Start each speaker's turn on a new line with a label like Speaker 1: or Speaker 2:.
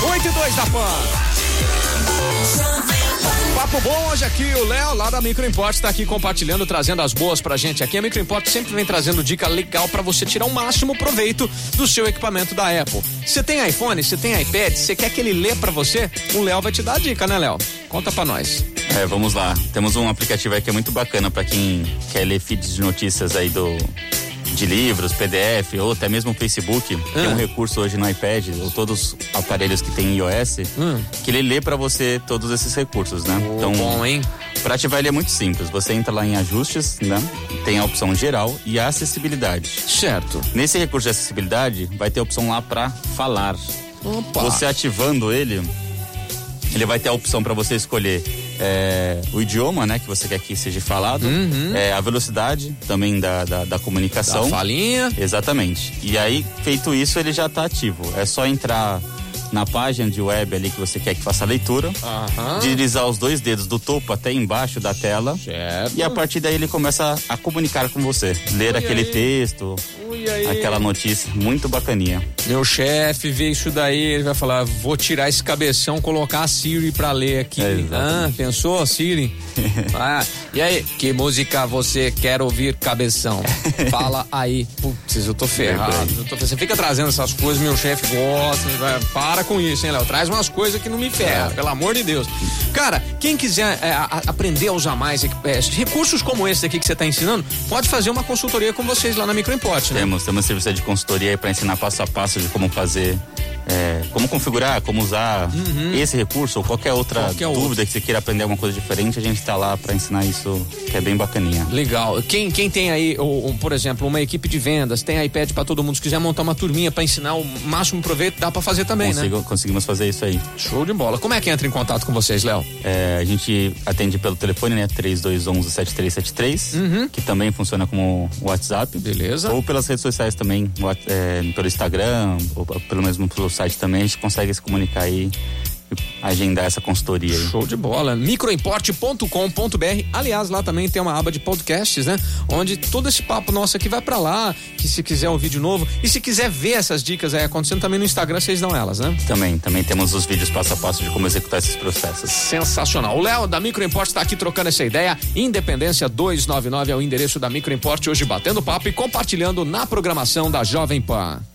Speaker 1: 102 da Pan. Papo bom hoje aqui, o Léo lá da Microimport está aqui compartilhando, trazendo as boas pra gente aqui. A Microimport sempre vem trazendo dica legal para você tirar o máximo proveito do seu equipamento da Apple. Você tem iPhone, você tem iPad, você quer que ele lê para você? O Léo vai te dar a dica, né, Léo? Conta para nós.
Speaker 2: É, vamos lá. Temos um aplicativo aí que é muito bacana para quem quer ler feeds de notícias aí do de livros, PDF ou até mesmo Facebook, ah. tem um recurso hoje no iPad ou todos os aparelhos que tem iOS, hum. que ele lê para você todos esses recursos, né?
Speaker 1: Oh, então, bom, hein?
Speaker 2: Para ativar ele é muito simples. Você entra lá em ajustes, né? Tem a opção geral e a acessibilidade.
Speaker 1: Certo.
Speaker 2: Nesse recurso de acessibilidade, vai ter a opção lá para falar. Opa. Você ativando ele, ele vai ter a opção para você escolher é, o idioma, né, que você quer que seja falado, uhum. é, a velocidade também da, da, da comunicação. Da
Speaker 1: falinha.
Speaker 2: Exatamente. E aí, feito isso, ele já está ativo. É só entrar na página de web ali que você quer que faça a leitura, uhum. deslizar os dois dedos do topo até embaixo da tela.
Speaker 1: Certo.
Speaker 2: E a partir daí ele começa a comunicar com você. Ler Ui, aquele aí. texto, aquela notícia muito bacaninha.
Speaker 1: Meu chefe vê isso daí, ele vai falar: vou tirar esse cabeção, colocar a Siri pra ler aqui. É, ah, pensou, Siri? ah, e aí, que música você quer ouvir, cabeção? Fala aí. Putz, eu tô ferrado. Eu tô... Você fica trazendo essas coisas, meu chefe gosta. Vai... Para com isso, hein, Léo? Traz umas coisas que não me ferra, é. pelo amor de Deus. Cara, quem quiser é, a, aprender a usar mais é, recursos como esse aqui que você tá ensinando, pode fazer uma consultoria com vocês lá na Microimport, né?
Speaker 2: Temos, temos serviço de consultoria para ensinar passo a passo de como fazer, é, como configurar, como usar uhum. esse recurso ou qualquer outra qualquer dúvida outro. que você queira aprender alguma coisa diferente, a gente está lá para ensinar isso, que é bem bacaninha.
Speaker 1: Legal. Quem, quem tem aí, ou, ou, por exemplo, uma equipe de vendas, tem iPad para todo mundo, se quiser montar uma turminha para ensinar o máximo proveito, dá para fazer também, Consigo, né?
Speaker 2: Conseguimos fazer isso aí.
Speaker 1: Show de bola. Como é que entra em contato com vocês, Léo?
Speaker 2: É, a gente atende pelo telefone, né? 3211-7373, uhum. que também funciona como WhatsApp.
Speaker 1: Beleza.
Speaker 2: Ou pelas redes sociais também, é, pelo Instagram, ou pelo mesmo pelo site também, a gente consegue se comunicar aí agendar essa consultoria. Aí.
Speaker 1: Show de bola. microimporte.com.br. Aliás, lá também tem uma aba de podcasts, né? Onde todo esse papo nosso aqui vai para lá, que se quiser ouvir de novo e se quiser ver essas dicas aí acontecendo também no Instagram, vocês dão elas, né?
Speaker 2: Também, também temos os vídeos passo a passo de como executar esses processos.
Speaker 1: Sensacional. O Léo da Microimporte está aqui trocando essa ideia. Independência 299 é o endereço da Microimporte hoje batendo papo e compartilhando na programação da Jovem Pan.